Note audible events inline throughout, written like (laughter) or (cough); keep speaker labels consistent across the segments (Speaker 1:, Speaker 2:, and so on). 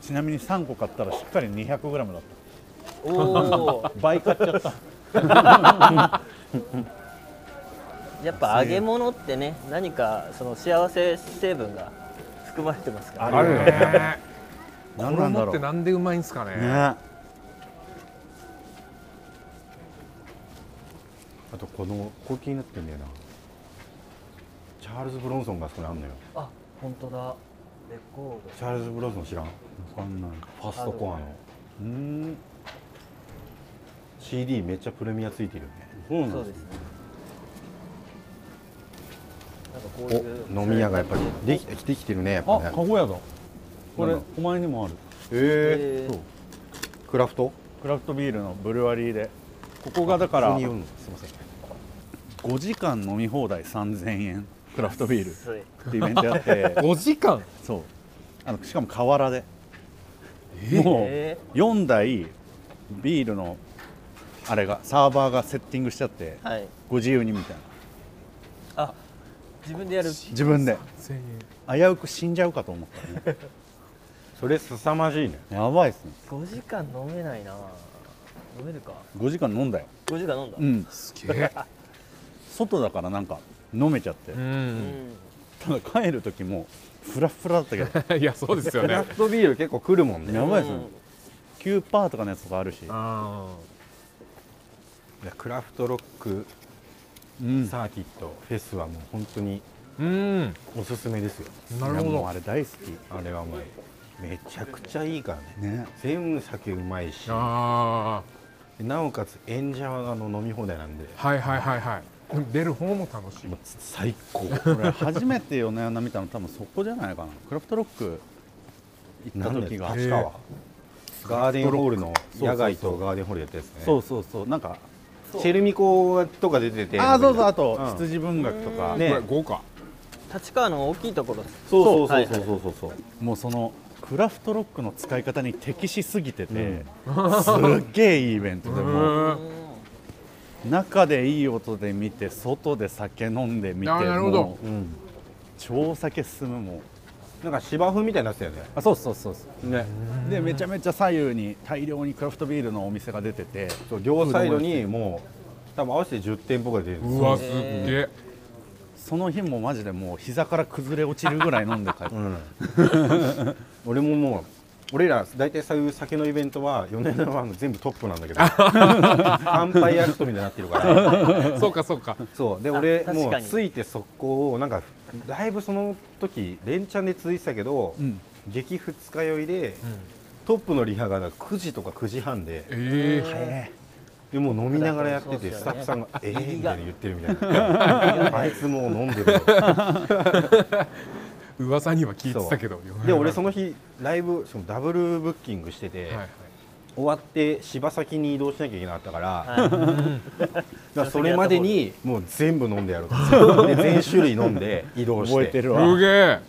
Speaker 1: ちなみに3個買ったらしっかり 200g だっ
Speaker 2: おお
Speaker 1: た倍買っちゃった
Speaker 2: やっぱ揚げ物ってね何かその幸せ成分が含まれてますから
Speaker 3: あるね
Speaker 1: 何なんだ
Speaker 3: 衣っ
Speaker 1: ろ
Speaker 3: て
Speaker 1: うね
Speaker 3: なんでうまいんすかね
Speaker 1: あ
Speaker 4: あとこのこれ気になってんだよなチャールズ・ブロンソンがあそこにあんのよ
Speaker 2: あ本当だレコード
Speaker 4: チャールズ・ブロンソン知らん
Speaker 1: こんなん
Speaker 4: ファストコアの
Speaker 1: うーん
Speaker 4: CD めっちゃプレミアついてるよね
Speaker 1: そうなん
Speaker 2: そう
Speaker 1: だ
Speaker 2: ですねなんかこういう
Speaker 4: お飲み屋がやっぱりできできてるねやっぱ
Speaker 1: あ、か
Speaker 4: ね
Speaker 1: ごやだこれ
Speaker 4: なんだ
Speaker 1: お前にもある
Speaker 4: え
Speaker 2: へ
Speaker 4: ー
Speaker 2: ー
Speaker 4: そうクラフト
Speaker 1: クラフトビールのブルワリーでここがだから
Speaker 4: 普通に
Speaker 1: 5
Speaker 4: 読むすいません
Speaker 1: 時間飲み放題3000円クラフトビール
Speaker 2: それ
Speaker 1: ってイベントやって
Speaker 4: (laughs)
Speaker 3: 5時間
Speaker 1: そうあのしかも河原でも
Speaker 2: え
Speaker 1: う4台ビールのあれがサーバーがセッティングしちゃって
Speaker 2: はい
Speaker 1: ご自由にみたいな
Speaker 2: あ自分でやる
Speaker 1: 自分で
Speaker 3: 1000円
Speaker 1: 危うく死んじゃうかと思ったね
Speaker 4: それ凄まじいね
Speaker 1: (laughs) やばいっすね
Speaker 2: 5時間飲めないな飲めるか
Speaker 1: 5時間飲んだよ
Speaker 2: 5時間飲んだ
Speaker 1: うん
Speaker 3: すげえ
Speaker 1: 外だからなんか飲めちゃって
Speaker 3: う
Speaker 2: うんん
Speaker 1: ただ帰る時もフラフラだったけ (laughs) ど
Speaker 3: (laughs) いやそうですよ
Speaker 4: クラ
Speaker 3: ね
Speaker 4: フトビール結構来るもんね
Speaker 1: やばいっすね
Speaker 2: うん
Speaker 1: 9パーとかのやつとかあるし
Speaker 3: あ
Speaker 4: いやクラフトロック
Speaker 1: うん
Speaker 4: サーキットフェスはもう本当に
Speaker 3: ーうん
Speaker 4: おすすめですよ
Speaker 3: なるほ
Speaker 1: いやもう
Speaker 3: ど
Speaker 1: あれ大好き
Speaker 4: あれはもうめちゃくちゃいいからね
Speaker 1: ね
Speaker 4: 全部酒うまいし
Speaker 3: あ
Speaker 4: なおかつ演者はあの飲み放題なんで
Speaker 3: あはいはいはいはいでも出る方も楽しい
Speaker 4: もう最
Speaker 1: (laughs)
Speaker 4: 高
Speaker 1: 俺初めて夜な夜な見たの多分そこじゃないかなクラフトロック行った
Speaker 4: 何
Speaker 1: 時
Speaker 4: 年
Speaker 1: が
Speaker 4: 立川ガーデンホールの
Speaker 1: そうそうそう
Speaker 4: 野外とガーデンホールやったやつね
Speaker 1: そうそうそうなんか
Speaker 4: チェルミコとか出てて
Speaker 1: ああそうそうあと
Speaker 4: うん
Speaker 1: 羊文学とか
Speaker 4: ね
Speaker 3: これ豪華
Speaker 2: 立川の大きいところです
Speaker 4: そうそう
Speaker 2: そ
Speaker 4: そううそうそうそう
Speaker 1: もうそのクラフトロックの使い方に適しすぎてて、すっげえいいイベントでも
Speaker 3: う
Speaker 2: うんん
Speaker 1: 中でいい音で見て外で酒飲んで見て
Speaker 3: あーなるほど
Speaker 1: もう
Speaker 4: うん
Speaker 1: 超酒進むもん
Speaker 4: なんか芝生みたいになってたよね
Speaker 1: あそうそうそうねでめちゃめちゃ左右に大量にクラフトビールのお店が出てて
Speaker 4: そう両サイドにもう多分合わせて10店舗ぐらい出てるんです
Speaker 3: う
Speaker 4: よ
Speaker 3: わすっげえ
Speaker 1: その日もマジでもう膝から崩れ落ちるぐらい飲んで帰って
Speaker 4: うん俺ももう俺ら大体そういう酒のイベントは米田は全部トップなんだ
Speaker 1: (laughs)
Speaker 4: けど乾杯アクトみたいになってるから
Speaker 3: そうかそうか
Speaker 4: そうで俺
Speaker 2: 確
Speaker 4: も
Speaker 2: か
Speaker 4: う
Speaker 2: に
Speaker 4: ついて速攻をなんかだいぶその時連チャンで続いてたけど、
Speaker 1: うん
Speaker 4: 激二日酔いで
Speaker 3: うん
Speaker 4: トップのリハが9時とか9時半で
Speaker 3: ええ
Speaker 1: え
Speaker 4: でもう飲みながらやっててスタ
Speaker 2: そう
Speaker 4: ッ
Speaker 2: ですよ
Speaker 4: フさん
Speaker 2: ね
Speaker 4: が
Speaker 2: (laughs)
Speaker 4: 「ええー」みたいに言ってるみたいな (laughs) あいつもう飲んでるよ
Speaker 3: 噂には聞いてたけど
Speaker 2: (laughs)
Speaker 4: で俺その日ライブしかもダブルブッキングしてて、
Speaker 3: はいはい
Speaker 4: 終わって柴崎に移動しなきゃいけなかったから,、
Speaker 2: は
Speaker 4: (laughs) だからそれまでにもう全部飲んでやるとで全種類飲んで移動
Speaker 1: ー、
Speaker 4: して
Speaker 1: (laughs) 覚えてるわ
Speaker 3: すげえ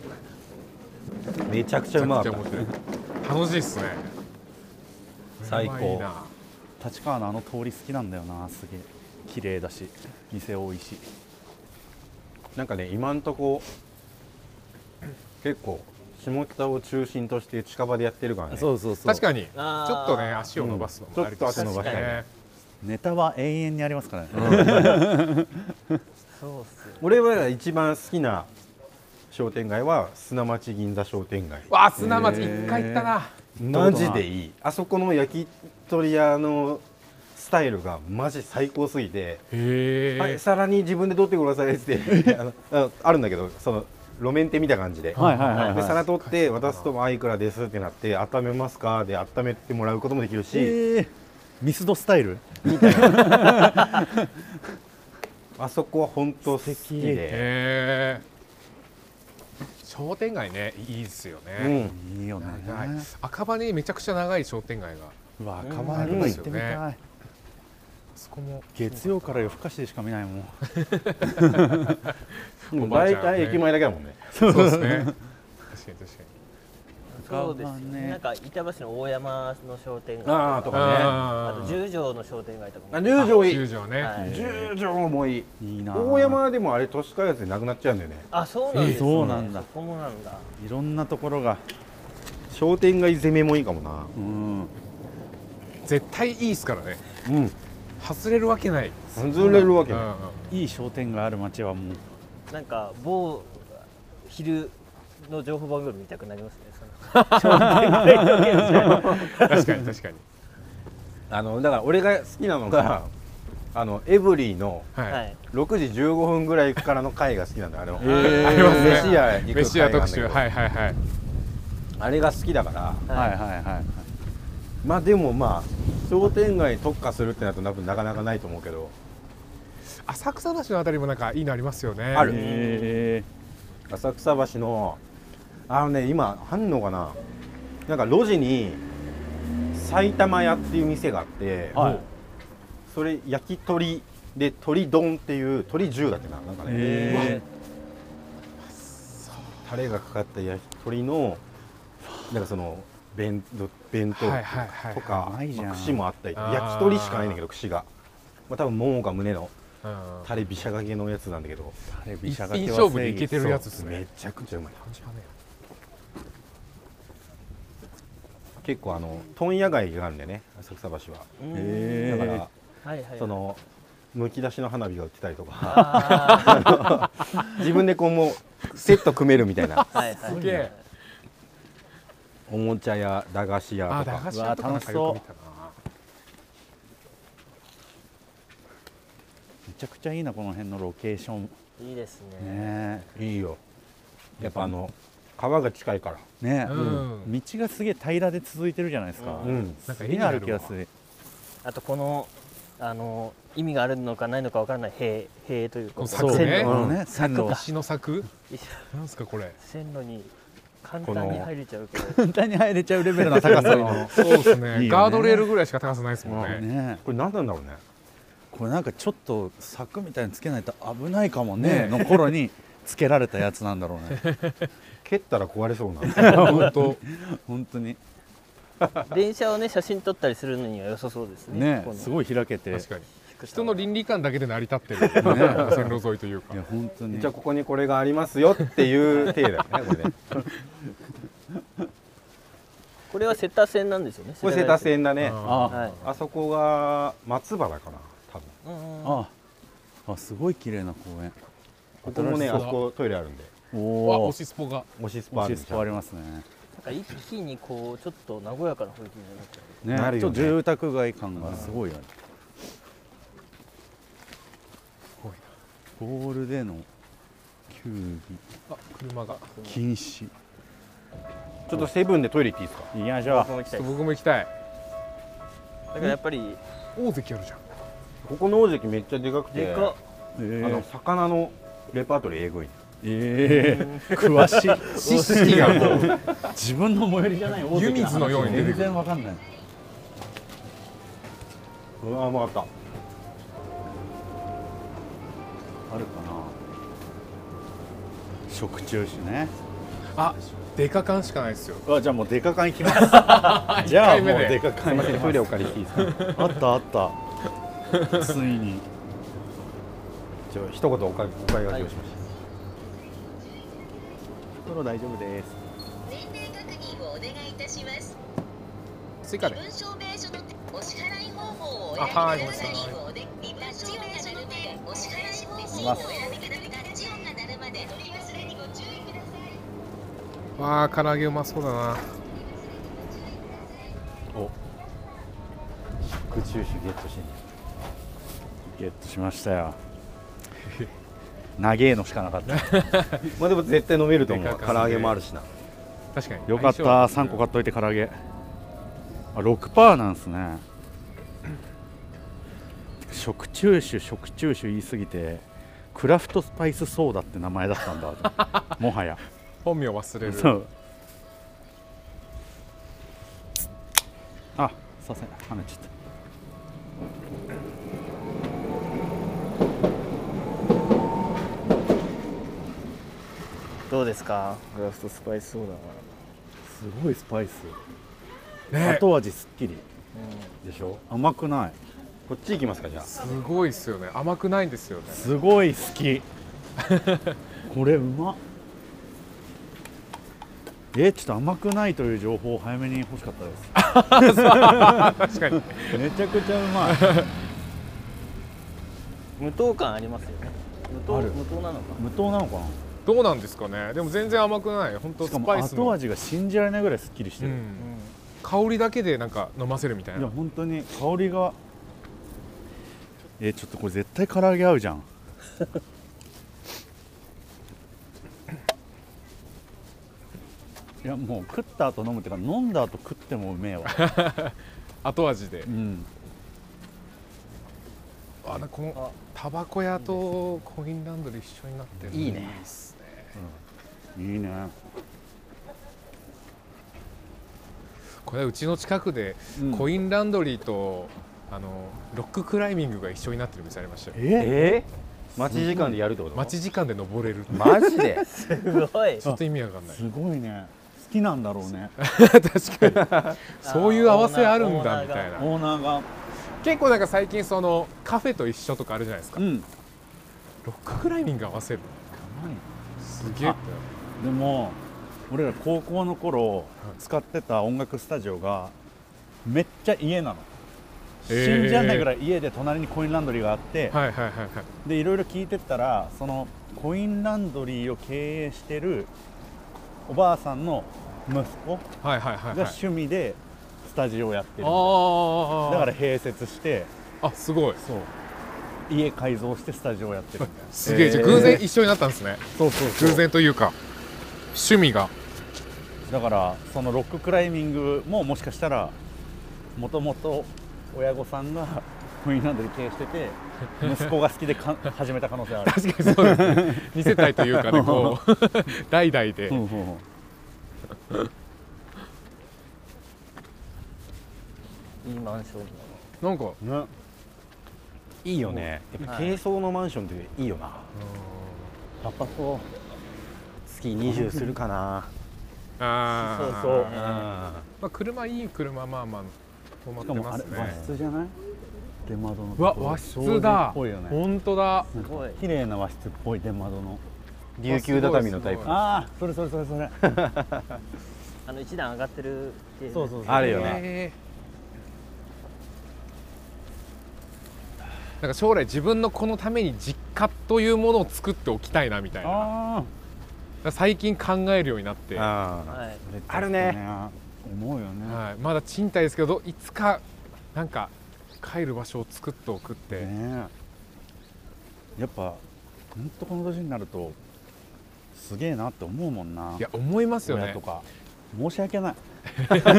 Speaker 4: めちゃくち
Speaker 3: め
Speaker 4: ゃ
Speaker 3: ち
Speaker 4: う
Speaker 3: ゃ
Speaker 4: ま
Speaker 3: くち
Speaker 4: か
Speaker 3: ゃ
Speaker 4: っ
Speaker 3: 面
Speaker 4: た
Speaker 3: 白い楽しいっすね
Speaker 4: 最高
Speaker 3: これはいいな
Speaker 1: 立川のあの通り好きなんだよなすげえ綺麗だし店多いし
Speaker 4: なんかね今んとこ結構下北を中心として近場でやってるからね
Speaker 1: うそうそ
Speaker 3: 確かにち
Speaker 2: あー
Speaker 3: ょっとね足を伸ばすのもあり
Speaker 4: うんちょっと足
Speaker 2: 伸ばしたい
Speaker 3: ね
Speaker 1: ネタは永遠にありますからね、
Speaker 2: いそうっすよ
Speaker 4: 俺は一番好きな商店街は砂町銀座商店街
Speaker 3: わあ砂町一回行ったな
Speaker 4: マジでいいあそこの焼き鳥屋のスタイルがマジ最高すぎて、
Speaker 3: へ
Speaker 4: はい、
Speaker 3: え
Speaker 4: さらに自分で取ってくださいって
Speaker 1: (laughs)
Speaker 4: あのああるんだけどその路面店みたいな感じで,、
Speaker 1: はいはいはい、
Speaker 4: で
Speaker 1: はい、
Speaker 4: 皿取って渡すと「あいくらです」ってなって「温めますか?」で温めてもらうこともできるし、
Speaker 1: えーミスドスタイル
Speaker 4: あそこは本当好きで、
Speaker 3: へえ商店街ねいいっすよ
Speaker 4: う
Speaker 3: ね
Speaker 4: ん、
Speaker 1: いいよね
Speaker 3: 長い赤羽にめちゃくちゃ長い商店街が
Speaker 1: うわ赤羽とか行ってみたい、
Speaker 3: うんそこ
Speaker 4: (laughs)
Speaker 3: も
Speaker 1: 月曜から夜更かしでしか見ないもん
Speaker 4: もう
Speaker 3: ばあち
Speaker 4: 大
Speaker 3: ゃん
Speaker 4: 体駅前だけだもんね
Speaker 3: そうですね確かに確かに
Speaker 2: そうですよ
Speaker 1: 看板ね
Speaker 2: ねなんか板橋の大山の商店街
Speaker 4: ああとかね
Speaker 2: あ
Speaker 3: あ
Speaker 2: と十条の商店街とか
Speaker 4: あ
Speaker 2: も
Speaker 4: 十条いい
Speaker 3: 十条ね、
Speaker 2: はい
Speaker 4: 十条もいい
Speaker 1: (laughs) いいな
Speaker 4: 大山でもあれ都市開発でなくなっちゃうんだよね
Speaker 2: あそうなんですね
Speaker 1: えそうなんだ
Speaker 2: そこもなんだ
Speaker 1: いろんなところが
Speaker 4: 商店街攻めもいいかもな
Speaker 1: うん
Speaker 3: 絶対いいっすからね
Speaker 4: うん
Speaker 3: 外れるわけない
Speaker 4: 外れるわけ
Speaker 3: うんう
Speaker 4: ない
Speaker 3: ん
Speaker 1: いい商店がある街はもう
Speaker 2: なんか某昼の情報番組見たくなりますねその
Speaker 3: 確かに確かに
Speaker 4: あのだから俺が好きなのがあのエブリィの
Speaker 3: はい、
Speaker 2: はい
Speaker 4: 6時15分ぐらいからの回が好きなんだよあれの、
Speaker 1: ー
Speaker 3: ありますね
Speaker 4: 飯屋行く回
Speaker 3: メシア特集
Speaker 4: があんだけど
Speaker 3: はいはいはい
Speaker 4: あれが好きだから
Speaker 1: はいはい
Speaker 2: い
Speaker 1: はいはい
Speaker 4: まあでもまあ商店街に特化するってなると多分なかなかないと思うけど
Speaker 3: 浅草橋のあたりもなんかいいのありますよね
Speaker 4: ある
Speaker 1: へ
Speaker 4: 浅草橋のあのね今あんのかななんか路地に埼玉屋っていう店があって、
Speaker 1: ーはい
Speaker 4: それ焼き鳥で鳥丼っていう鶏重だっけななんかね、
Speaker 1: へ
Speaker 4: タレがかかった焼き鳥のなんかその弁当弁当
Speaker 3: はいはいはい
Speaker 4: と
Speaker 1: う
Speaker 4: か
Speaker 1: まいじゃん
Speaker 4: まあ串もあったり
Speaker 3: あー
Speaker 4: 焼き鳥しかないんだけど串が、まあ、多分ももか胸の
Speaker 3: うん
Speaker 4: タレびしゃがけのやつなんだけど
Speaker 1: ーテレビ
Speaker 3: 一
Speaker 1: 社がけは
Speaker 3: 品勝負でいけてるやつです
Speaker 4: め
Speaker 3: ね
Speaker 4: ちゃくちゃうまい結構あの問屋街があるんだよね浅草橋は、
Speaker 2: うん
Speaker 1: へー
Speaker 4: だから
Speaker 2: はいはい
Speaker 4: そのむき出しの花火が売ってたりとか (laughs)
Speaker 2: あ
Speaker 4: 自分でこうもうセット組めるみたい
Speaker 2: (laughs)
Speaker 4: な
Speaker 3: (laughs)
Speaker 2: ーはいはい
Speaker 3: すげえ
Speaker 4: おもちゃや駄菓子
Speaker 3: あ
Speaker 4: 屋
Speaker 3: あ
Speaker 4: と
Speaker 3: 駄
Speaker 4: か
Speaker 3: 菓子屋とかなんかよく見たな
Speaker 1: めちゃくちゃいいなこの辺のロケーション
Speaker 2: いいですね
Speaker 1: ね
Speaker 4: いいよやっぱあの川が近いから
Speaker 1: えねえ、
Speaker 3: うん
Speaker 1: 道がすげえ平らで続いてるじゃないですか、
Speaker 2: う
Speaker 4: うん
Speaker 3: なんか
Speaker 1: 絵になる気がす
Speaker 3: る
Speaker 1: る
Speaker 2: あとこのあの意味があるのかないのかわからない塀塀という
Speaker 3: こ
Speaker 2: か
Speaker 3: の柵
Speaker 2: 線
Speaker 3: ね
Speaker 1: あ
Speaker 2: 路
Speaker 1: のね線路
Speaker 3: わ石の柵なんすかこれ
Speaker 2: 線路に簡
Speaker 4: こ
Speaker 2: 単
Speaker 4: の
Speaker 2: に入れちゃうけど
Speaker 1: 簡単に入れちゃうレベルの高さ
Speaker 3: (laughs)
Speaker 1: の
Speaker 3: そうで
Speaker 1: いい
Speaker 3: す
Speaker 1: よね
Speaker 3: ねガードレールぐらいしか高さないですもんね
Speaker 1: ねえ
Speaker 4: これ何なんだろうね
Speaker 1: これなんかちょっと柵みたいにつけないと危ないかもねの頃につけられたやつなんだろうね
Speaker 4: 蹴ったら壊れそうな (laughs)
Speaker 3: 本当
Speaker 1: 本当に
Speaker 2: 電車をね写真撮ったりするのには良さそうですね
Speaker 1: ねえすごい開けて
Speaker 3: 確かに人の倫理観だけで成り立ってる線路沿いというか
Speaker 1: いや本当に
Speaker 4: じゃあここにこれがありますよっていう体だよねこれね
Speaker 2: これは瀬田線なんですよね
Speaker 4: これ瀬田線だね
Speaker 3: うん
Speaker 1: あ
Speaker 2: はい
Speaker 4: あそこが松原かな多分
Speaker 2: うんうん
Speaker 1: ああすごい綺麗な公園
Speaker 4: ここもね
Speaker 3: 新しそう
Speaker 4: あ
Speaker 3: だ
Speaker 4: そこトイレあるんで
Speaker 1: お
Speaker 3: わ
Speaker 1: お
Speaker 3: オ
Speaker 1: 押し
Speaker 3: シスポが
Speaker 4: 押しスパあるん
Speaker 1: ス
Speaker 4: で
Speaker 1: ポありますね
Speaker 2: なんか一気にこうちょっと和やかな雰囲気になっちゃ
Speaker 1: ね
Speaker 4: なる
Speaker 1: ちょ
Speaker 4: よ
Speaker 1: っ
Speaker 4: ね
Speaker 1: と住宅街感がすごいある
Speaker 3: ごい
Speaker 1: ボールでの球技
Speaker 3: なあ車が
Speaker 1: 禁止
Speaker 4: ちょっとセブンでトイレ行っていいですか
Speaker 1: 行きましょ
Speaker 2: う僕も行き
Speaker 3: ち
Speaker 2: た
Speaker 3: ょ
Speaker 2: い
Speaker 3: っ
Speaker 2: です
Speaker 3: と僕も行きたい
Speaker 2: だからやっぱり
Speaker 3: 大関あるじゃん
Speaker 4: ここの大関めっちゃでかくて
Speaker 2: でかっ
Speaker 1: う
Speaker 4: あ
Speaker 1: え
Speaker 4: の魚のレパートリーえぐい
Speaker 1: ええ詳しい
Speaker 4: 知識がもう
Speaker 1: 自分の最寄りじゃない大
Speaker 3: 湯水のように出てくる
Speaker 1: 全然わかんないう
Speaker 4: わうまかっ
Speaker 1: あるかな食中酒ね
Speaker 3: あデカ感しかないですよ
Speaker 1: (laughs) あじゃあもうデカ缶いきますじゃあもう
Speaker 3: 一回目で
Speaker 1: デカ
Speaker 4: たすい
Speaker 1: 缶
Speaker 4: ませんトイレお借りしていいですか
Speaker 1: あったあったついに
Speaker 4: (laughs) ちょ一言おかお買い書きをしまし
Speaker 1: 袋大丈夫です
Speaker 5: 年齢確認をお願いいたします。
Speaker 3: スイカ
Speaker 5: 身
Speaker 3: で
Speaker 5: 分証明書のお支払い方法をお選び
Speaker 3: あはい
Speaker 5: ください
Speaker 3: ごめんな。
Speaker 5: 身分証明書の手お支払い方法をお選びください。タッチ音が鳴るまで取り忘れにご注意ください。
Speaker 3: わあ唐揚げうまそうだな
Speaker 4: たお空中酒ゲットしに
Speaker 1: ゲットしましたよ長えのしかなかった
Speaker 4: まあでも絶対飲めると思
Speaker 3: で
Speaker 4: う
Speaker 3: か
Speaker 4: 唐
Speaker 3: かすぎる
Speaker 4: 揚げもあるしな
Speaker 3: 確かに
Speaker 1: よかった
Speaker 3: 相性
Speaker 1: 3個買っといて唐揚げあ6%なんですね食中酒食中酒言い過ぎてクラフトスパイスソーダって名前だったんだ (laughs) もはや
Speaker 3: 本名忘れる
Speaker 1: そうあすいません跳ねちゃった
Speaker 2: どうですかグラフトスパイスソーダは
Speaker 1: すごいスパイス
Speaker 3: ね
Speaker 1: 後味すっきり
Speaker 4: でしょ
Speaker 1: 甘くない
Speaker 4: こっち行きますかじゃあ
Speaker 3: すごいっすよね甘くないんですよね
Speaker 1: すごい好きこれうまっえちょっと甘くないという情報を早めに欲しかったです
Speaker 3: 確かに
Speaker 1: めちゃくちゃうまい
Speaker 2: 無糖感ありますよね無糖
Speaker 1: ある
Speaker 2: 無糖なのか
Speaker 1: 無糖なのかな
Speaker 3: どうなんですかねでも全然甘くない本当
Speaker 1: しか
Speaker 3: ス
Speaker 1: も
Speaker 3: パイス
Speaker 1: 後
Speaker 3: の、
Speaker 1: 味が信じられないぐらいすっきりして
Speaker 3: う
Speaker 1: る、
Speaker 3: ん、香りだけでなんか飲ませるみたい
Speaker 1: いや
Speaker 3: な
Speaker 1: 本当に香りがえちょっとこれ絶対唐揚げ合うじゃんいやもう食った後飲むっていうか飲んだ後食ってもうめえわ、
Speaker 3: 後味で
Speaker 1: うん、
Speaker 3: あなんかこのタバコ屋とコインランドリー一緒になってるの
Speaker 2: いいね
Speaker 3: っすね
Speaker 1: いいね
Speaker 3: これうちの近くで
Speaker 1: うん
Speaker 3: コインランドリーと、あのロッククライミングが一緒になってる店ありましたよ
Speaker 1: え
Speaker 4: え待ち時間でやるってこと
Speaker 3: 待ち時間で登れるって
Speaker 4: マジ
Speaker 2: (laughs)
Speaker 4: で
Speaker 2: すごい
Speaker 3: ちょっと意味わかんない
Speaker 1: すごいね好きなんだろうね
Speaker 3: 確かにそういう合わせあるんだみたいな
Speaker 1: オーナーが
Speaker 3: 結構なんか最近そのカフェと一緒とかあるじゃないですか
Speaker 1: うんう
Speaker 3: ロッククライミング合わせる
Speaker 1: まい
Speaker 3: すげえって
Speaker 1: でも俺ら高校の頃使ってた音楽スタジオがめっちゃ家なの、
Speaker 3: へー
Speaker 1: 信じられないぐらい家で隣にコインランドリーがあって、
Speaker 3: はいはいはいはい
Speaker 1: でいろいろ聞いてったらそのコインランドリーを経営してるおばあさんの息子
Speaker 3: はいはいはい
Speaker 1: が
Speaker 3: はい
Speaker 1: 趣味でスタジオをやってる、
Speaker 3: ああ
Speaker 1: だから併設して
Speaker 3: あすごい
Speaker 1: そう家改造してスタジオをやってるみたいな
Speaker 3: (laughs) すげえ、じゃあ偶然一緒になったんですね
Speaker 1: そうそう
Speaker 3: 偶然というか趣味が
Speaker 1: だからそのロッククライミングももしかしたらもともと親御さんが (laughs) コインランドリー経営してて息子が好きでか (laughs) 始めた可能性ある
Speaker 3: 確かにそうですね二世帯というかねこう代々で、
Speaker 1: うんうんうん
Speaker 2: いいマンションだ
Speaker 3: なんか
Speaker 4: (laughs) ねいいよねやっぱ軽装のマンションっていいよなパパと月20するかな
Speaker 3: あー
Speaker 2: そうそう
Speaker 4: うん
Speaker 3: まあ、車いい車まあまあ止ま
Speaker 1: し
Speaker 3: っ
Speaker 1: か
Speaker 3: て
Speaker 1: も
Speaker 3: ま
Speaker 1: あれ
Speaker 3: す
Speaker 1: 和
Speaker 3: ね
Speaker 1: 室じゃない出窓の
Speaker 3: うわ和室だ
Speaker 1: っぽいよね
Speaker 3: 本当だ
Speaker 1: なんか
Speaker 2: すごい
Speaker 1: 綺麗な和室っぽい出窓の
Speaker 4: 琉球畳のタイプ
Speaker 3: すごい
Speaker 1: ああそれそれそれそれ
Speaker 2: あの一段上がってる系ね
Speaker 1: そうそうそう
Speaker 4: あるよね
Speaker 3: へーなんか将来自分のこのために実家というものを作っておきたいなみたいなだか
Speaker 1: あ
Speaker 3: ら最近考えるようになって、は
Speaker 4: あ
Speaker 2: はい
Speaker 1: あ
Speaker 4: あるね
Speaker 1: 思うよね
Speaker 3: い、まだ賃貸ですけどいつかなんか帰る場所を作っておくって、
Speaker 1: ねえやっぱ本当この年になるとすげえなって思うもんない
Speaker 3: や思いますよ
Speaker 1: 親
Speaker 3: ね
Speaker 1: とか申し訳ない
Speaker 2: で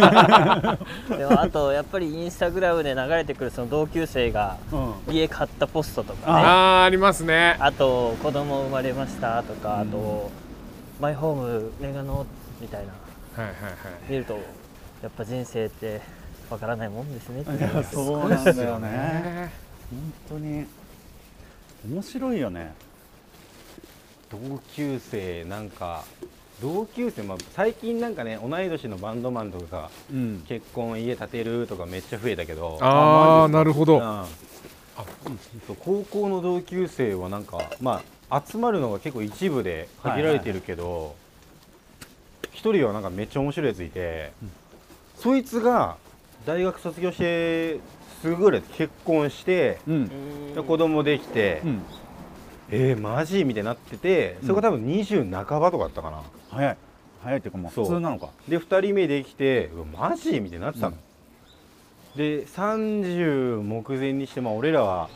Speaker 2: もあとやっぱりインスタグラムで流れてくるその同級生が
Speaker 1: うん
Speaker 2: 家買ったポストとかねあ
Speaker 3: あーありますね
Speaker 2: と子供生まれましたとかあと、マイホームメガのみたいな
Speaker 3: はいはいはい
Speaker 2: 見るとやっぱ人生ってわからないもんですねって
Speaker 1: いやそうなんだよね
Speaker 3: ね
Speaker 1: 本当に面白いよね
Speaker 4: 同級生なんか同級生、まあ、最近なんかね同い年のバンドマンとかが
Speaker 1: うん
Speaker 4: 結婚家建てるとかめっちゃ増えたけど
Speaker 3: ああなるほど
Speaker 4: うんそう高校の同級生はなんかまあ集まるのが結構一部で限られてるけど一、人はなんかめっちゃ面白いやついて、そいつが大学卒業してすぐぐらいで結婚して、
Speaker 1: うん
Speaker 4: で子供できて、
Speaker 1: うん
Speaker 4: えー、マジみたいになっててそれが多分20半ばとかだったかな、
Speaker 1: 早い早いっていうかもう
Speaker 4: そう
Speaker 1: 普通なのか
Speaker 4: で2人目できてうわマジみたいになってたの、で30目前にして、まあ、俺らは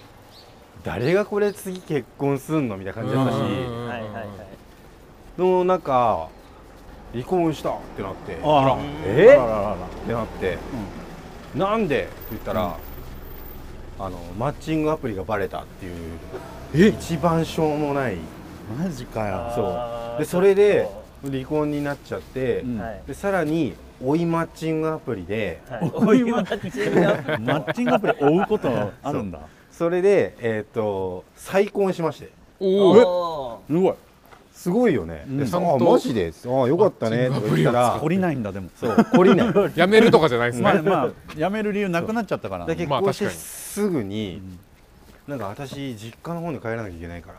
Speaker 4: 誰がこれ次結婚すんのみたいな感じだったし
Speaker 3: うん
Speaker 2: はいはいはい
Speaker 4: の中離婚したってなって
Speaker 1: あら
Speaker 4: え
Speaker 1: あらららら
Speaker 4: ってなって、なんでって言ったら、あのマッチングアプリがバレたっていう一番しょうもない
Speaker 1: マジかよ
Speaker 2: あ
Speaker 4: そ
Speaker 2: ー
Speaker 4: うでそれで
Speaker 2: ちょ
Speaker 4: 離婚になっちゃって、
Speaker 1: うん
Speaker 2: はい
Speaker 4: でさらに追いマッチングアプリで、
Speaker 2: はい
Speaker 1: おい
Speaker 2: マッチングアプリ
Speaker 1: マッチングアプリ追う (laughs) ことあるんだ
Speaker 4: それで、えー、と再婚しまして
Speaker 3: おお
Speaker 2: お
Speaker 1: すごい
Speaker 4: すごいよね、
Speaker 1: うん
Speaker 4: で
Speaker 1: ち
Speaker 3: ゃんと
Speaker 4: ああマジでああよかったねとか言ったら
Speaker 1: 懲りないんだでも
Speaker 4: そう懲りない
Speaker 3: (laughs) やめるとかじゃないですね、
Speaker 1: まあま (laughs) あ辞める理由なくなっちゃったから
Speaker 4: だけ
Speaker 1: ね
Speaker 4: ど
Speaker 3: まあ
Speaker 4: 結婚
Speaker 3: 確か
Speaker 4: して
Speaker 3: に
Speaker 4: すぐに、なんか私実家の方に帰らなきゃいけないか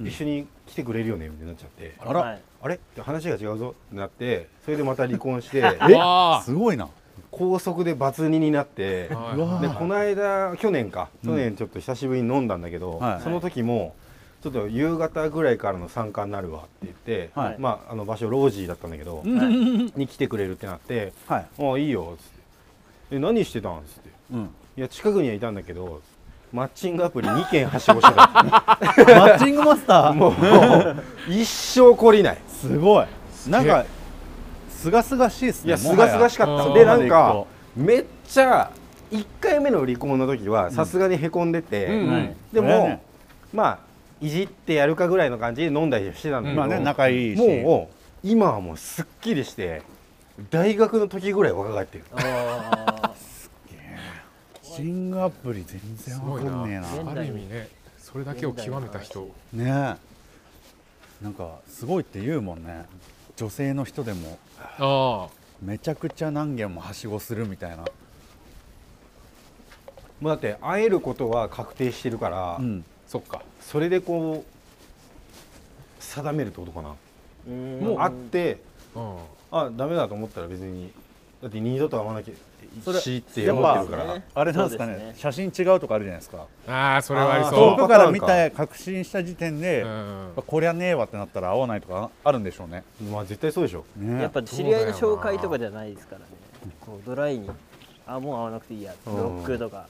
Speaker 4: ら、一緒に来てくれるよねみたいになっちゃって
Speaker 1: あら
Speaker 2: はい
Speaker 4: あれって話が違うぞってなってそれでまた離婚して
Speaker 3: えわ
Speaker 1: すごいな
Speaker 4: 高速でバツ2になって
Speaker 3: あは
Speaker 1: うわ
Speaker 3: い
Speaker 4: でこの間去年か去年ちょっと久しぶりに飲んだんだけど、
Speaker 1: はい
Speaker 4: その時もちょっと夕方ぐらいからの参加になるわって言って、
Speaker 1: はい
Speaker 4: まあ、あの場所ロージーだったんだけど、
Speaker 1: うん
Speaker 4: に来てくれるってなって「
Speaker 1: はい、
Speaker 4: ああいいよ」つって「え何してたん?」つって「
Speaker 1: うん、
Speaker 4: いや近くにはいたんだけどマッチングアプリ2件はしごしてた」
Speaker 1: マッチングマスター
Speaker 4: もう一生懲りない
Speaker 1: すごいなんかすがすがしいです
Speaker 4: い
Speaker 1: ね
Speaker 4: やすがすがしか
Speaker 3: もは
Speaker 4: った
Speaker 3: や
Speaker 4: でなんか
Speaker 1: そこ
Speaker 4: めっちゃ1回目の離婚の時はさすがにへこんでて、
Speaker 3: うん
Speaker 1: までいく
Speaker 4: で
Speaker 1: と
Speaker 4: も、
Speaker 1: はいそれはね
Speaker 4: まあいじってやるかぐらいの感じで飲んだりしてたんだけど、
Speaker 1: まあね仲いいし
Speaker 4: もう今はもうすっきりして大学の時ぐらい若返ってる
Speaker 1: マッチングアプリ全
Speaker 3: す
Speaker 1: 然
Speaker 3: ご
Speaker 1: わ
Speaker 3: い
Speaker 1: か
Speaker 3: なん
Speaker 1: ねえ
Speaker 3: ある意味ねそれだけを極めた人
Speaker 1: なねえなんかすごいって言うもんね女性の人でも
Speaker 3: ああ
Speaker 1: めちゃくちゃ何軒もはしごするみたいな
Speaker 4: もうだって会えることは確定してるから、
Speaker 1: うん
Speaker 3: そっか
Speaker 4: それでこう定めるってことかな、もう会って
Speaker 3: うん
Speaker 4: あダメだと思ったら別にだって二度と会わなき
Speaker 1: そ
Speaker 4: ゃ
Speaker 1: れ
Speaker 4: しって
Speaker 1: や
Speaker 4: 思
Speaker 1: ぱ
Speaker 4: ってるから、
Speaker 2: そうですね
Speaker 1: あれなんですかね
Speaker 2: そうですね
Speaker 1: 写真違うとかあるじゃないですか
Speaker 3: ああそれはあり
Speaker 4: あー
Speaker 3: そ
Speaker 1: 遠
Speaker 3: う
Speaker 1: くから見た確信した時点で、
Speaker 3: うん
Speaker 1: こりゃねえわってなったら合わないとかあるんでしょうね
Speaker 4: まあ絶対そうでしょ
Speaker 1: ね
Speaker 2: やっぱ知り合いの紹介とかじゃないですからねこうドライにあもう会わなくていいや
Speaker 4: うん
Speaker 2: ロックとか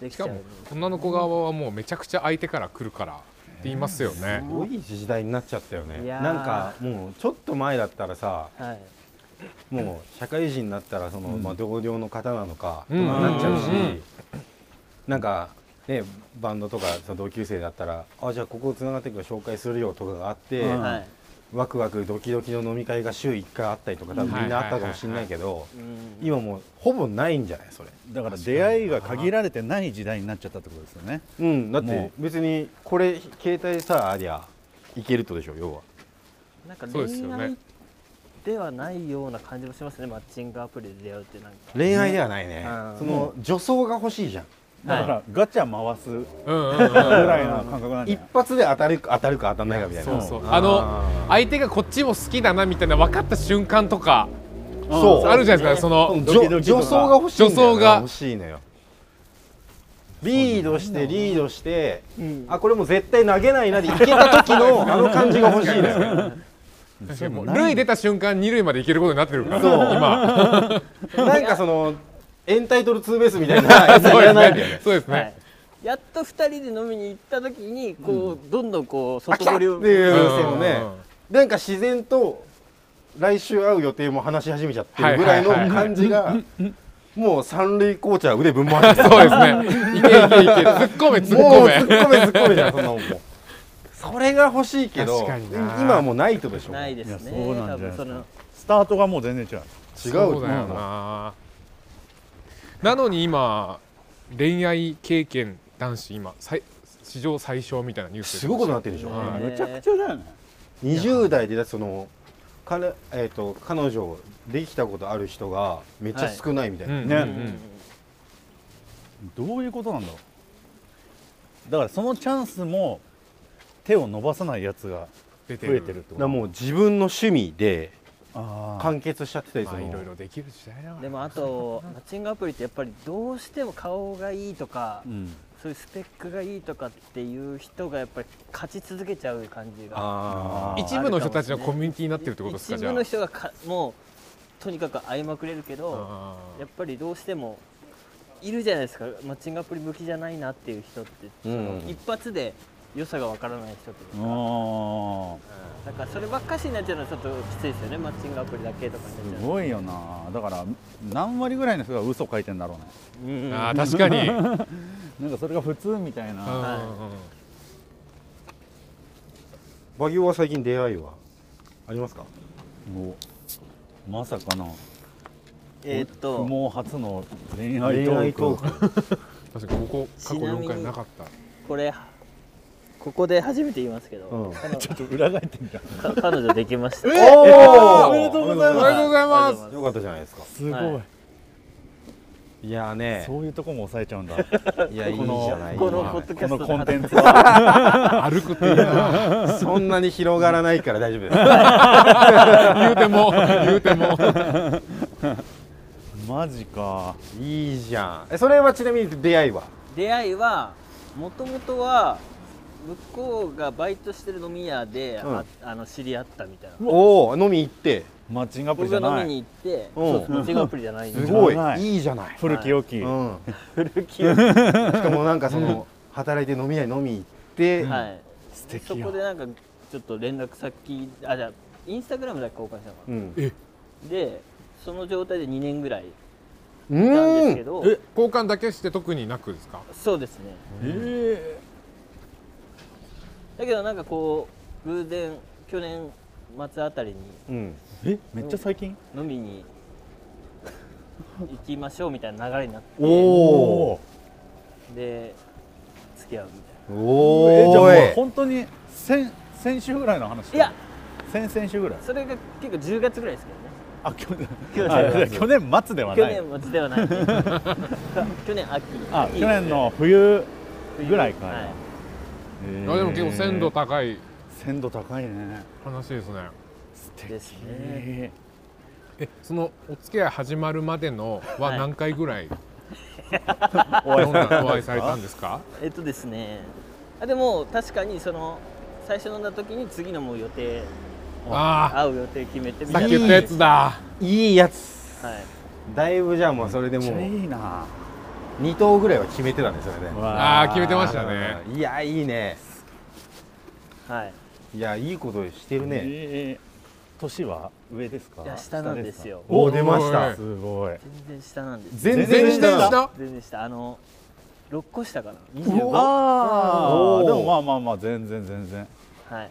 Speaker 2: でき
Speaker 3: し
Speaker 2: ちゃ
Speaker 3: か
Speaker 2: うの
Speaker 3: も女の子側はもうめちゃくちゃ相手から来るからって言いますよね
Speaker 4: す。ごい時代になっちゃったよね
Speaker 2: いやー
Speaker 4: なんかもうちょっと前だったらさ
Speaker 2: はい
Speaker 4: もう社会人になったらその、まあ、同僚の方なのかと
Speaker 3: う
Speaker 4: か
Speaker 3: ん
Speaker 4: なっちゃうし、
Speaker 3: うんうんうん
Speaker 4: なんか、ね、バンドとかその同級生だったらあじゃあここつながってくから紹介するよとかがあって、
Speaker 1: うん
Speaker 2: はい
Speaker 4: ワクワクドキドキの飲み会が週1回あったりとか多分みんなあったかもしれないけど
Speaker 2: うん
Speaker 4: 今もうほぼないんじゃないそれ。
Speaker 1: だから出会いが限られてない時代になっちゃったってことですよね
Speaker 4: うん、だって
Speaker 1: も
Speaker 4: 別にこれ携帯さありゃいけるとでしょ要は。
Speaker 2: なんか
Speaker 3: そうです
Speaker 2: 恋
Speaker 3: よ
Speaker 2: 愛
Speaker 3: ね
Speaker 2: ではないような感じもしますねマッチングアプリで出会うってなんか
Speaker 4: 恋愛ではないね、
Speaker 2: うん
Speaker 4: その女装が欲しいじゃん、
Speaker 1: だからガチャ回すぐ
Speaker 3: うんうんうん
Speaker 1: らいの感覚なんじゃ
Speaker 4: 一
Speaker 1: ない
Speaker 4: 発で当たるか当たるか当たんないかみたいな
Speaker 3: そうそう
Speaker 4: あー
Speaker 3: あの相手がこっちも好きだなみたいな分かった瞬間とか
Speaker 4: そう
Speaker 3: あるじゃないですかその
Speaker 4: 女
Speaker 1: ドキドキと
Speaker 4: 女
Speaker 1: か
Speaker 4: 装が欲しいんだよな
Speaker 3: 女装が
Speaker 4: 欲しいのよリードしてリードして、あこれもう絶対投げないなでいけた時
Speaker 3: (laughs)
Speaker 4: のあの感じが欲しいのよ
Speaker 1: それもうない
Speaker 3: 塁出た瞬間二塁まで行けることになってるから
Speaker 4: そう (laughs)
Speaker 3: 今
Speaker 4: なんかそのエンタイトルツーベースみたいなやつはいらないんだよ
Speaker 3: (laughs)
Speaker 4: ね
Speaker 3: そうです
Speaker 2: はい
Speaker 3: ね、
Speaker 2: やっと2人で飲みに行った時にこう、どんどんこう外堀を
Speaker 4: っていうの
Speaker 3: うん
Speaker 4: ね
Speaker 3: うんうん
Speaker 4: なんか自然と来週会う予定も話し始めちゃってるぐらいの
Speaker 3: はいはいはいはい
Speaker 4: 感じがもう三塁コーチは腕ぶん回してる
Speaker 3: そうですねいけいけいけ突っ込め突っ
Speaker 4: もう
Speaker 3: 込
Speaker 4: 突っ
Speaker 3: め
Speaker 4: 込め突っ込めじゃんそんなもんもうそれが欲しいけど
Speaker 3: 確かにな
Speaker 4: 今はもうないとでしょ
Speaker 2: ない
Speaker 4: 違
Speaker 2: ですね
Speaker 1: いやそうなんじゃないですか
Speaker 2: 多分その
Speaker 1: スタートがもう全然違う
Speaker 4: う
Speaker 3: そう
Speaker 4: と
Speaker 3: だよ
Speaker 4: 思う
Speaker 3: ななのに今恋愛経験男子今最史上最小みたいなニュース
Speaker 4: すごいことになってるでしょ
Speaker 3: うん
Speaker 2: ね
Speaker 1: むちゃくちゃだよね
Speaker 4: 20代でだってその彼,、えー、と彼女できたことある人がめっちゃ少ないみたいな、
Speaker 3: うん
Speaker 1: ね
Speaker 3: うんう
Speaker 2: うん
Speaker 3: ん
Speaker 1: どういうことなんだろうだからそのチャンスも手を伸ばさないやつが
Speaker 3: 出て
Speaker 1: 増えて
Speaker 3: る
Speaker 1: るって
Speaker 4: だ
Speaker 1: こ
Speaker 4: から
Speaker 1: と
Speaker 4: もう自分の趣味で
Speaker 1: あー
Speaker 4: 完結しちゃってたりす
Speaker 3: ま
Speaker 4: る
Speaker 3: あ
Speaker 4: の
Speaker 3: いろいろできる時代だから
Speaker 2: でもあとマッチングアプリってやっぱりどうしても顔がいいとか、
Speaker 1: うん
Speaker 2: そういうスペックがいいとかっていう人がやっぱり勝ち続けちゃう感じが
Speaker 4: あー
Speaker 3: 一部の人たちのコミュニティになってるってことです
Speaker 2: 一
Speaker 3: かじゃ
Speaker 2: 部
Speaker 3: あ
Speaker 2: の人がかもうとにかく会いまくれるけど
Speaker 3: あ
Speaker 2: やっぱりどうしてもいるじゃないですかマッチングアプリ向きじゃないなっていう人って、
Speaker 4: うん
Speaker 2: 一発で良さがわからない人っていう
Speaker 1: あ
Speaker 2: か、
Speaker 1: ー
Speaker 2: だからそればっかしになっちゃうのはちょっときついですよねマッチングアプリだけとかに
Speaker 1: す
Speaker 2: なっちゃう
Speaker 1: ごいよなだから何割ぐらいの人が嘘書いてんだろうね
Speaker 2: うん
Speaker 3: ーあー確かにうん
Speaker 1: なんかそれが普通みたいな、
Speaker 3: うんうん
Speaker 4: バギオは最近出会いはありますか
Speaker 1: もうまさかの
Speaker 2: えーっと
Speaker 1: 不毛初の恋愛
Speaker 4: 恋
Speaker 1: トー
Speaker 4: 愛
Speaker 1: ク
Speaker 4: トーク
Speaker 3: 確かにここ過去
Speaker 2: ちなみに
Speaker 3: 4回なかった
Speaker 2: これここで初めて言いますけど、
Speaker 4: うん
Speaker 2: 彼女
Speaker 1: ちょっと裏返ってみた
Speaker 2: か彼女できました
Speaker 4: お
Speaker 1: おめでとうございます
Speaker 3: おめでとうござい
Speaker 2: あ
Speaker 3: ます
Speaker 2: りがとうござい
Speaker 4: よかったじゃないですか
Speaker 1: すごい、
Speaker 2: はい
Speaker 4: いやーね
Speaker 1: そういうとこも抑えちゃうんだ
Speaker 4: いやいいじ
Speaker 1: この
Speaker 4: ゃない
Speaker 2: この
Speaker 4: 今
Speaker 2: ポッドキャスト
Speaker 1: このコンテンツ
Speaker 2: は
Speaker 3: 歩くっていうな
Speaker 4: そんなに広がらないから大丈夫です
Speaker 3: 言うても言うても
Speaker 1: マジか
Speaker 4: いいじゃんえそれはちなみに出会いは
Speaker 2: 出会いはもともとは向こうがバイトしてる飲み屋で、
Speaker 4: うん
Speaker 2: ああの知り合ったみたいな
Speaker 4: おお飲み行って
Speaker 1: マッチングアプリ
Speaker 2: 僕
Speaker 1: じゃ
Speaker 2: が
Speaker 1: な
Speaker 2: 飲み
Speaker 1: い
Speaker 2: に行って
Speaker 4: うん
Speaker 2: そうそう違うアプリじゃないん
Speaker 4: す
Speaker 2: で
Speaker 4: ごい
Speaker 1: じゃない
Speaker 4: いいじゃない
Speaker 1: 古き良き、
Speaker 4: うん
Speaker 2: 古き良きは
Speaker 4: (laughs) しかもなんかその働いて飲み屋に飲み行って、
Speaker 2: い
Speaker 1: 素
Speaker 2: そ
Speaker 1: 敵や
Speaker 2: こでなんかちょっと連絡先あじゃあインスタグラムだけ交換したのか
Speaker 4: うん
Speaker 2: なでその状態で2年ぐらいい
Speaker 4: うん
Speaker 2: たんですけど
Speaker 3: え交換だけして特になくですか
Speaker 2: そうですね
Speaker 1: え
Speaker 2: だけどなんかこう偶然去年末あたりに
Speaker 4: うん
Speaker 1: ーえめっちゃ最近
Speaker 2: 飲みに行きましょうみたいな流れになって
Speaker 4: おお
Speaker 2: で付き合うみたい
Speaker 4: お
Speaker 1: えじゃあ
Speaker 4: お
Speaker 1: もう
Speaker 4: ーい
Speaker 1: 本当に先先週ぐらいの話
Speaker 2: いや
Speaker 1: 先々週ぐらい
Speaker 2: なそれが結構10月ぐらいですけどね
Speaker 1: あ去年
Speaker 2: 去年
Speaker 1: あ去年末では
Speaker 2: 去
Speaker 1: ない
Speaker 2: 年末ではない (laughs) 去年秋
Speaker 1: あ
Speaker 2: 秋
Speaker 1: 去年の冬ぐらいかな、
Speaker 2: はい
Speaker 1: へ
Speaker 3: い
Speaker 1: ー
Speaker 3: やでも結構鮮度高い
Speaker 1: 鮮度高いね
Speaker 3: 話ですね
Speaker 1: 素
Speaker 2: です
Speaker 1: 敵、
Speaker 2: ね
Speaker 3: えそのお付き合い始まるまでの
Speaker 2: は
Speaker 3: はい何回ぐらい
Speaker 1: お会い
Speaker 3: (laughs) お
Speaker 1: されたん
Speaker 3: 会
Speaker 1: で
Speaker 3: い
Speaker 1: す
Speaker 3: された
Speaker 1: か
Speaker 3: んですか
Speaker 2: えっとですねあでも確かにその最初飲んだ時に次のもう予定
Speaker 3: あ
Speaker 2: 会う予定決めて
Speaker 3: あ
Speaker 2: み
Speaker 3: さ
Speaker 2: た
Speaker 3: っ
Speaker 2: いな
Speaker 3: き言ったやつだ
Speaker 4: いいやつ
Speaker 2: はい
Speaker 4: だいぶじゃあもうそれで
Speaker 1: めっちゃ
Speaker 4: も
Speaker 1: いいな
Speaker 4: う2頭ぐらいは決めてたんですよね
Speaker 3: ああ決めてましたたね
Speaker 4: いやいいね
Speaker 2: はい
Speaker 4: いやいいことしてるね
Speaker 1: ね年は上ですか
Speaker 2: いや下なんですよ
Speaker 4: おお出ました
Speaker 1: 下ですかすごい
Speaker 2: 全然下なんです
Speaker 4: 全
Speaker 1: 全然
Speaker 4: 然
Speaker 1: 下
Speaker 4: 下
Speaker 3: だ
Speaker 2: 全然下あの6個下かな
Speaker 1: あ
Speaker 4: お
Speaker 1: ー
Speaker 4: ー
Speaker 1: でもまあまあまあ全然全然
Speaker 2: はい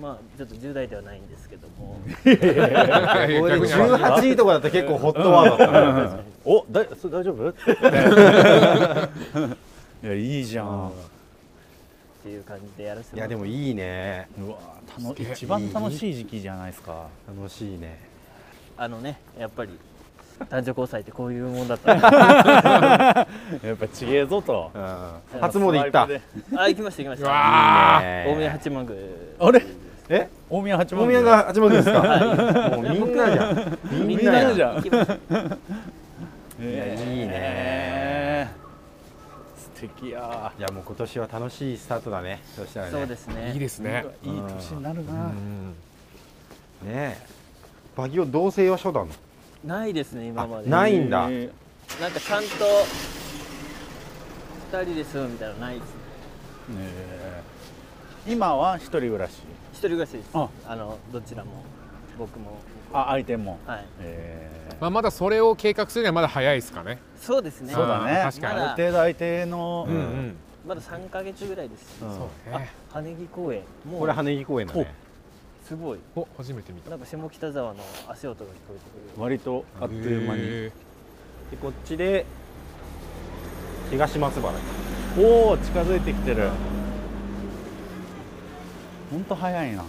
Speaker 2: まあちょっと10代ではないんですけども
Speaker 4: これ
Speaker 3: 逆に
Speaker 4: で
Speaker 3: あ
Speaker 4: 18位とかだったら結構ホットワードだったね
Speaker 1: おだ (laughs) それ大丈夫いやいいじゃん
Speaker 2: っていう感じでやらせて
Speaker 4: いやで
Speaker 2: も
Speaker 4: もいいね
Speaker 1: うわー楽
Speaker 3: すげえ
Speaker 1: 一番楽しい時期じゃないですか
Speaker 4: 楽しいね
Speaker 2: あのねやっぱり男女交際ってこういうもんだったな
Speaker 1: やっぱちげえぞと
Speaker 4: うん初詣行った
Speaker 1: スワイプ
Speaker 2: あ行きました行きまし
Speaker 3: う
Speaker 2: た
Speaker 3: わ
Speaker 2: 大宮
Speaker 4: ね
Speaker 2: 八幡宮
Speaker 1: であれ
Speaker 4: え
Speaker 1: 大宮八幡
Speaker 4: 大
Speaker 1: 宮
Speaker 4: 宮が始まるんですか
Speaker 2: は
Speaker 4: もうみんなじゃん
Speaker 2: い
Speaker 4: みん
Speaker 1: な
Speaker 4: な
Speaker 1: や
Speaker 4: や
Speaker 1: ん
Speaker 4: ん
Speaker 1: じゃん
Speaker 2: 行きました
Speaker 4: いやいいね
Speaker 1: えー素敵や
Speaker 4: いやもう今年は楽しいスタートだねそしたらね
Speaker 2: そうです
Speaker 3: ー
Speaker 2: ね
Speaker 3: いいですね
Speaker 1: いい年になる
Speaker 3: う
Speaker 1: なん
Speaker 4: ねえバギオ同性は初だの
Speaker 2: ないですね今まで
Speaker 4: ないんだ
Speaker 1: え
Speaker 2: なんかちゃんと2人で住むみたいなのないですね
Speaker 1: ーえー今は一人暮らし
Speaker 2: 一人暮らしです
Speaker 1: あ
Speaker 2: あのどちらも僕も
Speaker 1: あ相手も
Speaker 2: はい
Speaker 1: えー
Speaker 3: まあまだそれを計画するにはまだ早いですかね
Speaker 2: そうですね
Speaker 1: そうだね
Speaker 3: あー確か
Speaker 1: あ
Speaker 2: に
Speaker 1: る程度相手の
Speaker 3: うんうん
Speaker 2: まだ3ヶ月ぐらいです、
Speaker 4: うん
Speaker 3: ね
Speaker 2: 羽根木公園も
Speaker 4: これ
Speaker 2: う
Speaker 4: 羽木公園だね
Speaker 2: すごい
Speaker 3: お初めて見た
Speaker 2: なんか下北沢の足音が聞こえてくる
Speaker 1: 割とあっという間に
Speaker 3: へ
Speaker 4: でこっちで東松原
Speaker 1: おお近づいてきてるほんと早いな